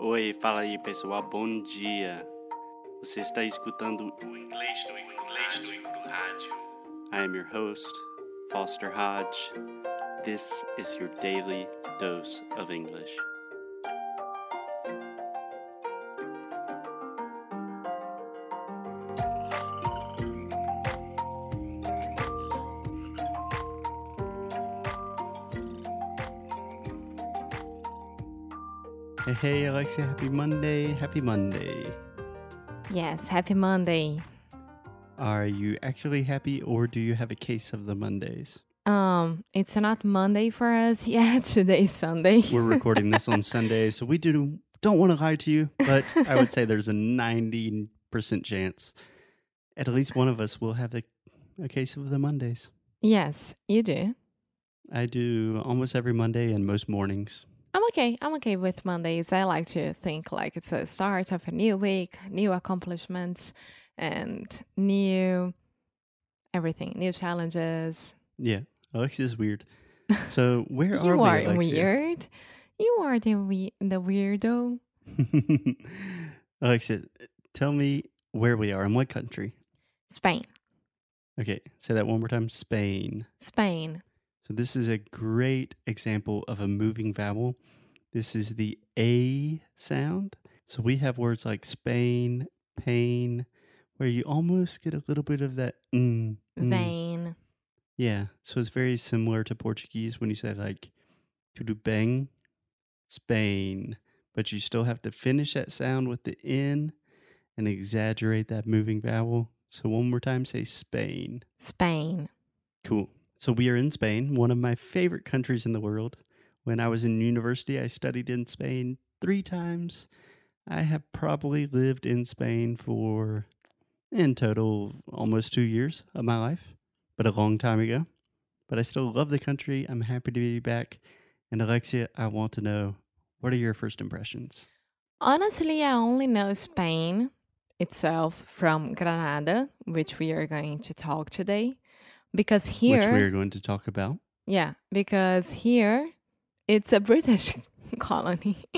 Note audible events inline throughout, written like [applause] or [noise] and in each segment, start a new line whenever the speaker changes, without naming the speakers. Oi, fala aí pessoal, bom dia. Você está escutando
O inglês do inglês do rádio.
I am your host, Foster Hodge. This is your daily dose of English. Hey, hey, Alexia, happy Monday. Happy Monday.
Yes, happy Monday.
Are you actually happy or do you have a case of the Mondays?
Um, it's not Monday for us [laughs] yet. Today is Sunday.
We're recording this on Sunday, so we do don't want to lie to you, but I would say there's a 90% chance at least one of us will have a, a case of the Mondays.
yes, you do.
I do almost every Monday and most mornings.
I'm okay. I'm okay with Mondays. I like to think like it's a start of a new week, new accomplishments, and new everything, new challenges.
Yeah, Alexia's weird. So where are
[laughs] you
we,
are
Alexia?
weird. You are the we- the weirdo.
[laughs] Alexia, tell me where we are and what country.
Spain,
Okay, say that one more time. Spain.
Spain.
So this is a great example of a moving vowel. This is the A sound. So we have words like Spain, pain, where you almost get a little bit of that mm, mm.
Vain.
Yeah. So it's very similar to Portuguese when you say like to do bang, Spain, but you still have to finish that sound with the N and exaggerate that moving vowel. So one more time, say Spain.
Spain.
Cool. So we are in Spain, one of my favorite countries in the world. When I was in university, I studied in Spain three times. I have probably lived in Spain for, in total, almost two years of my life, but a long time ago. But I still love the country. I'm happy to be back. And Alexia, I want to know what are your first impressions?
Honestly, I only know Spain itself from Granada, which we are going to talk today. Because
Which
here,
we are going to talk about.
yeah, because here it's a British [laughs] colony.
[laughs]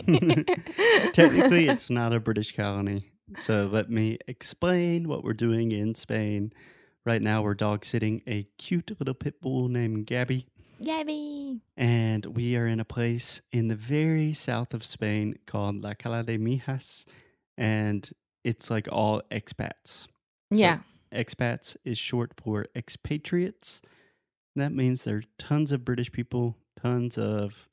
Technically,
[laughs]
it's not a British colony. So let me explain what we're doing in Spain. Right now, we're dog sitting a cute little pit bull named Gabby,
Gabby.
and we are in a place in the very south of Spain called La Cala de Mijas, and it's like all expats. So-
yeah,
Expats is short for expatriates. That means there are tons of British people, tons of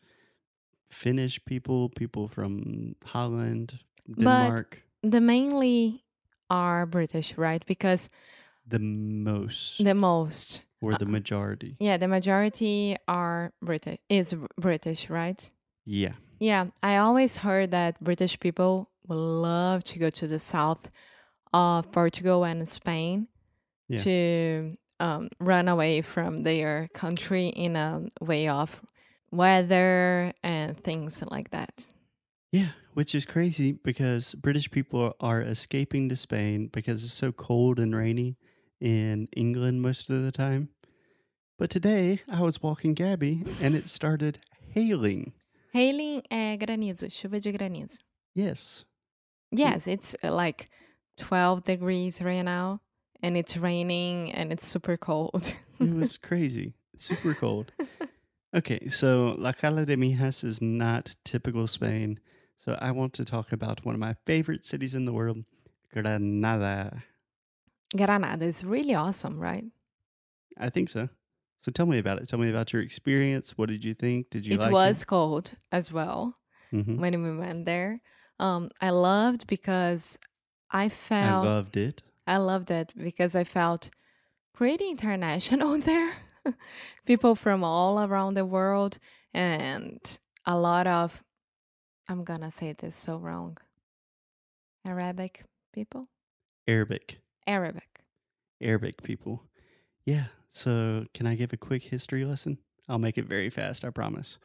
Finnish people, people from Holland, Denmark.
the mainly are British, right? Because
the most
the most,
or the majority.
yeah, the majority are British, is British, right?
Yeah.
Yeah, I always heard that British people will love to go to the south of Portugal and Spain
Yeah.
to um, run away from their country in a way of weather and things like that.
Yeah. Which is crazy because British people are escaping to Spain because it's so cold and rainy in England most of the time. But today I was walking Gabby and it started hailing.
Hailing é eh, granizo, chuva de granizo.
Yes.
Yes, it's uh, like 12 degrees right now and it's raining and it's super cold. [laughs]
It was crazy. Super cold. Okay, so La Cala de Mijas is not typical Spain. So I want to talk about one of my favorite cities in the world, Granada.
Granada is really awesome, right?
I think so. So tell me about it. Tell me about your experience. What did you think? Did you
it
like
was cold as well.
it? Mhm.
when we went there. Um, I loved because I
I
felt I,
loved it.
loved it because I felt pretty international [laughs] there. People from all around the world and a lot of I'm gonna say this so wrong. Arabic people,
Arabic.
Arabic. [laughs]
Arabic people. Yeah. So, can I give a quick history lesson? I'll make it very fast, I promise.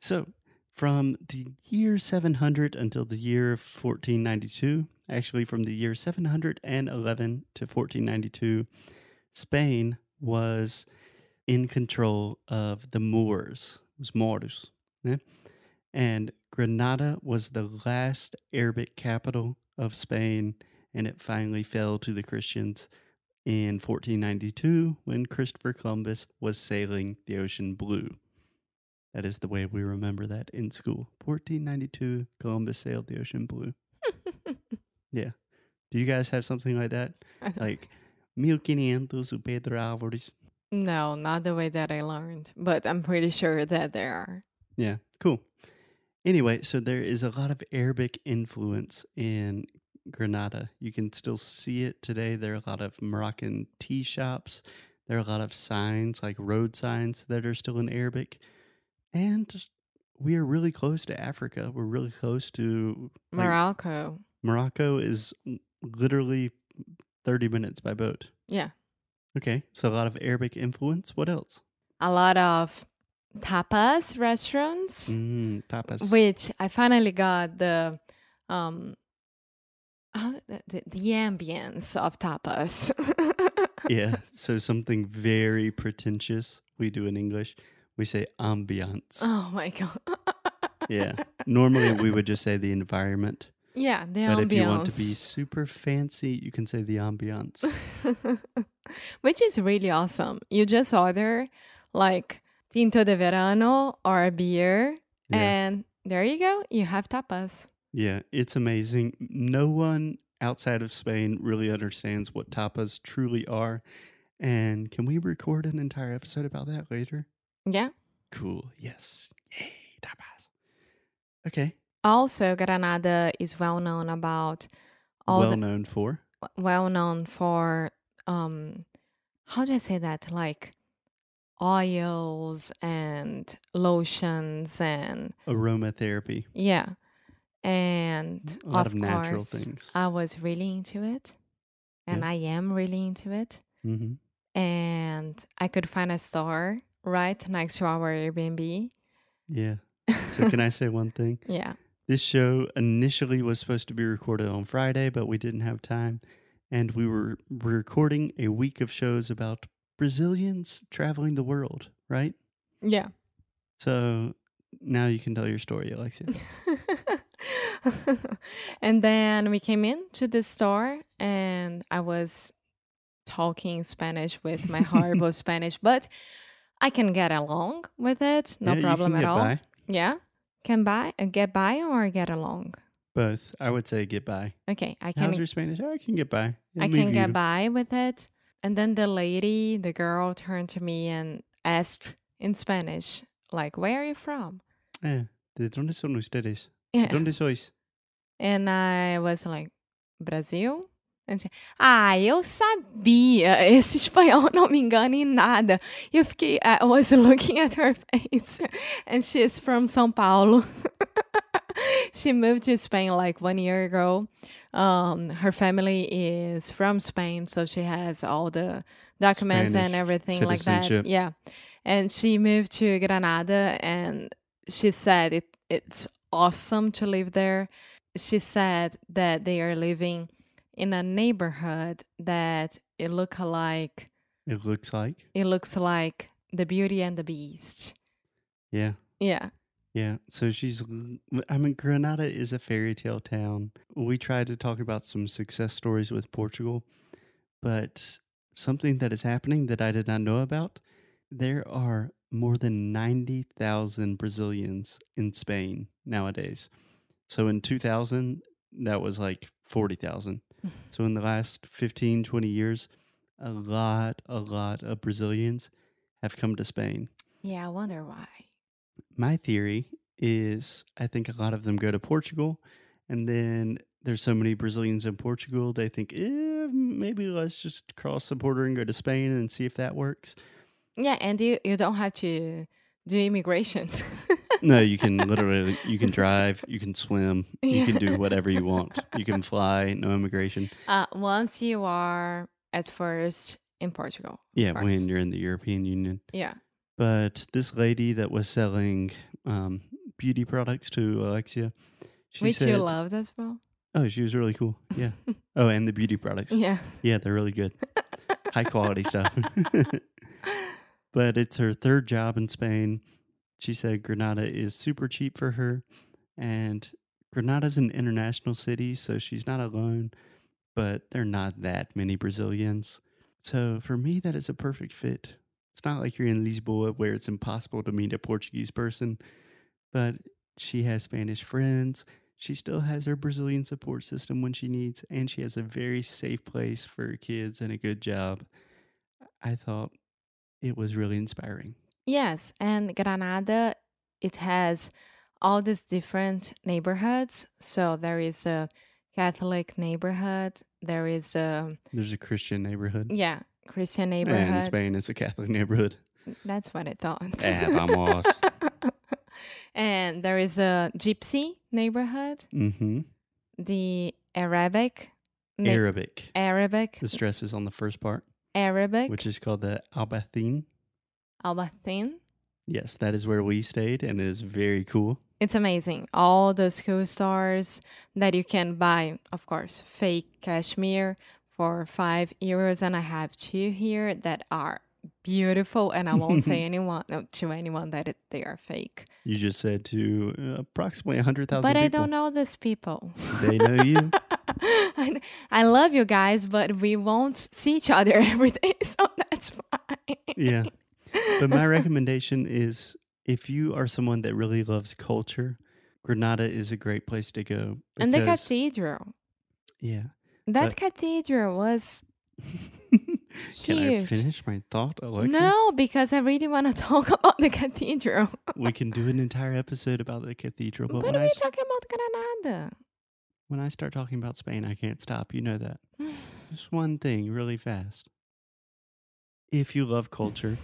So, from the year 700 until the year 1492, actually from the year 711 to 1492, Spain was in control of the Moors. It was Moors. yeah? And Granada was the last Arabic capital of Spain, and it finally fell to the Christians in 1492 when Christopher Columbus was sailing the ocean blue. That is the way we remember that in school. 1492, Columbus sailed the ocean blue. yeah. Do you guys have something like that?
I don't-
Like, 1500 su Pedro Alvarez.
no, not the way that I learned, but I'm pretty sure that there are.
Yeah, cool. Anyway, so there is a lot of Arabic influence in Granada. You can still see it today. There are a lot of Moroccan tea shops. There are a lot of signs, like road signs, that are still in Arabic. And we are really close to Africa. We're really close to like,
Morocco.
Morocco is literally 30 minutes by boat.
Yeah.
Okay, so a lot of Arabic influence. What else?
A lot of tapas restaurants.
Mm, tapas.
which I finally got the um how- the, the, the ambience of tapas. [laughs]
yeah. So something very pretentious we do in English. We say ambiance.
Oh my god.
Yeah. Normally we would just say the environment.
[laughs] Yeah, the
but
ambience.
if you want to be super fancy, you can say the
[laughs]
ambiance.
which is really awesome. You just order like tinto de verano or a beer
Yeah.
and there you go, you have tapas.
yeah, it's amazing. No one outside of Spain really understands what tapas truly are. And can we record an entire episode about that later?
Yeah.
Cool. Yes. Yay, tapas. Okay.
Also, Granada is well known about all
well
the
known for.
well known for um how do I say that like oils and lotions and
Aromatherapy.
yeah and
A lot of,
of
natural
course, Uh,
things.
I was really into it and
Yeah.
I am really into it
hmm
and I could find a store right next to our Airbnb
Yeah.
[laughs]
So can I say one thing?
yeah
This show initially was supposed to be recorded on Friday, but we didn't have time, and we were recording a week of shows about Brazilians traveling the world, right?
yeah
So now you can tell your story,
[laughs]
Alexia.
and then we came into the store and I was talking Spanish with
[laughs]
my horrible Spanish, but I can get along with it. No
Yeah, you
problem
can
at
get
all.
By.
Yeah. Can buy uh, get by or get along.
Both, I would say, get by.
Okay. I
How's
can
your Spanish? Oh, I can get by.
I
It'll
can
leave
get
you.
by with it. And then the lady, the girl turned to me and asked in Spanish, like, where are you from?
Eh, ¿De dónde son
[laughs]
ustedes?
Yeah.
¿Dónde sois?
And I was like, Brasil? And she, ah, eu sabia. [laughs] Esse espanhol não me engana em nada. Eu fiquei, ah, I was looking at her face. And she's from São Paulo. [laughs] she moved to Spain like one year ago. Um, her family is from Spain, so she has all the documents and
Spanish
everything like
citizenship.
that. Yeah. And she moved to Granada and she said it it's awesome to live there. She said that they are living in a neighborhood that it look alike
It looks like.
it looks like the beauty and the beast.
Yeah.
Yeah.
Yeah, so she's. l- I mean, Granada is a fairy tale town. We tried to talk about some success stories with Portugal, but something that is happening that I did not know about there are more than 90,000 Brazilians in Spain nowadays. So in 2000, that was like 40,000.
Mhm.
So in the last 15, 20 years, a lot, a lot of Brazilians have come to Spain
Yeah, I wonder why.
my theory is I think a lot of them go to Portugal, and then there's so many Brazilians in Portugal, they think, eh, maybe let's just cross the border and go to Spain and see if that works.
Yeah, and you, you don't have to do immigration.
[laughs] No, you can literally, you can drive, you can
[laughs]
swim, you can do
Yeah.
whatever you want. You can fly, no immigration.
uh, once you are at first in Portugal. of
Yeah,
course.
when you're in the European Union.
yeah.
But this lady that was selling um, beauty products to Alexia, she
which
said,
you loved as well.
oh, she was really cool.
[laughs]
Yeah. Oh, and the beauty products.
Yeah.
Yeah, they're really good. High quality stuff. [laughs] but it's her third job in Spain. She said Granada is super cheap for her. And Granada's an international city, so she's not alone, but there are not that many Brazilians. So for me, that is a perfect fit. It's not like you're in Lisboa where it's impossible to meet a Portuguese person, but she has Spanish friends. She still has her Brazilian support system when she needs, and she has a very safe place for her kids and a good job. I thought it was really inspiring.
[laughs] Yes, and Granada, it has all these different neighborhoods. So there is a Catholic neighborhood, there is a
There's a Christian neighborhood.
yeah, Christian
And
neighborhood.
Spain is a Catholic neighborhood.
That's what
[laughs]
I thought.
Eh, vamos.
[laughs] and there is a gypsy neighborhood,
hmm
the Arabic na-
Arabic.
Arabic
The stress is on the first part,
Arabic
which is called the Albathine.
Albatin.
Yes, that is where we stayed, and it is very cool.
It's amazing. All those cool stars that you can buy, of course, fake cashmere for five euros. And I have two here that are beautiful. And I
[laughs]
won't say anyone no, to anyone that it, they are fake.
You just said to uh, approximately 100,000
But
people.
I don't know these people.
They know you.
[laughs] I, I love you guys, but we won't see each other [laughs] every day. So that's fine.
yeah. But
[laughs]
my recommendation is if you are someone that really loves culture, Granada is a great place to go.
and the
because-
cathedral.
Yeah. [laughs]
That
But-
cathedral was
Can I
Huge.
finish my thought, Alexa?
No, because I really want to [laughs] talk about the cathedral.
We can do an entire episode about the cathedral, but
what
when
are
I,
we
s-
talking about Granada? [sighs]
when I start talking about Spain, I can't stop. You know that. Just one thing really fast. If you love culture,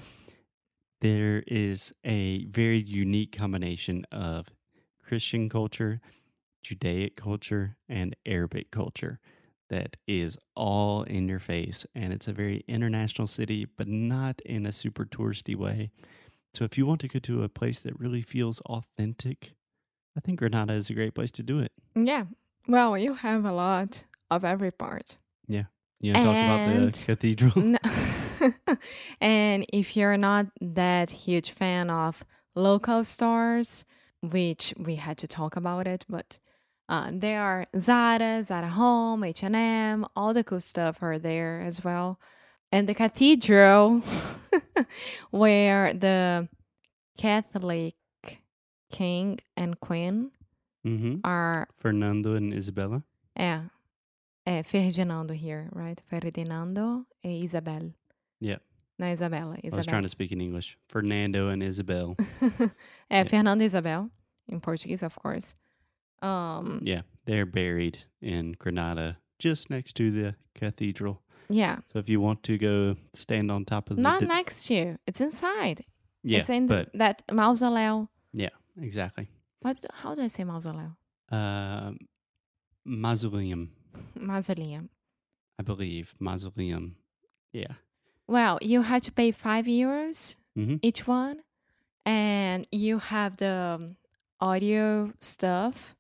there is a very unique combination of Christian culture, Judaic culture, and Arabic culture that is all in your face. And it's a very international city, but not in a super touristy way. So if you want to go to a place that really feels authentic, I think Granada is a great place to do it.
Yeah. Well, you have a lot of every part.
You know, talk about
And-
the [laughs] cathedral.
No. [laughs] and if you're not that huge fan of local stars, which we had to talk about it, but uh, there are Zara, Zara Home, H and M, all the cool stuff are there as well, and the cathedral, [laughs] where the Catholic king and queen
hmm
are
Fernando and Isabella.
yeah, é Ferdinando here, right? Ferdinando e Isabel.
Yeah.
Na Isabela,
I was trying
Isabel.
to speak in English. Fernando and Isabel.
[laughs] é Fernando e Isabel, in Portuguese, of course. Um, yeah.
yeah, they're buried in Granada, just next to the cathedral. So if you want to go stand on top of the,
Not
di-
next to you. It's inside.
yeah,
it's in
but
that mausoleo.
exactly,
What, how do I say mausoleo?
Um mausoleum,
Mausoleum.
I believe mausoleum. Yeah,
Well, you had to pay five euros
Mhm.
each one, and you have the um, audio stuff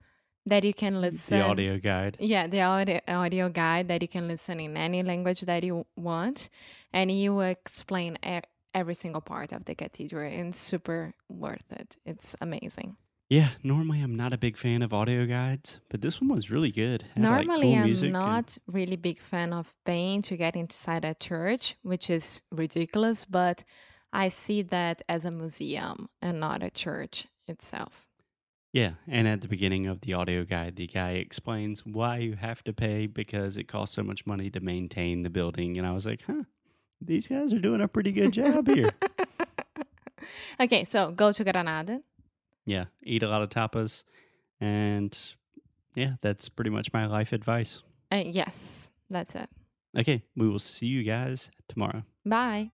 that you can listen.
the audio guide.
Yeah, the audio, audio guide that you can listen in any language that you want, and you will explain e- every single part of the cathedral. And it's super worth it. It's amazing.
Yeah, normally I'm not a big fan of audio guides, but this one was really good. Had, like,
Normally,
cool music
I'm
and-
not really big fan of paying to get inside a church, which is ridiculous. But I see that as a museum and not a church itself.
Yeah, and at the beginning of the audio guide, the guy explains why you have to pay because it costs so much money to maintain the building. And I was like, huh, these guys are doing a pretty good job
[laughs]
here.
okay, so go to Granada.
yeah, eat a lot of tapas. And yeah, that's pretty much my life advice.
Uh, yes, that's it.
Okay, we will see you guys tomorrow.
Bye.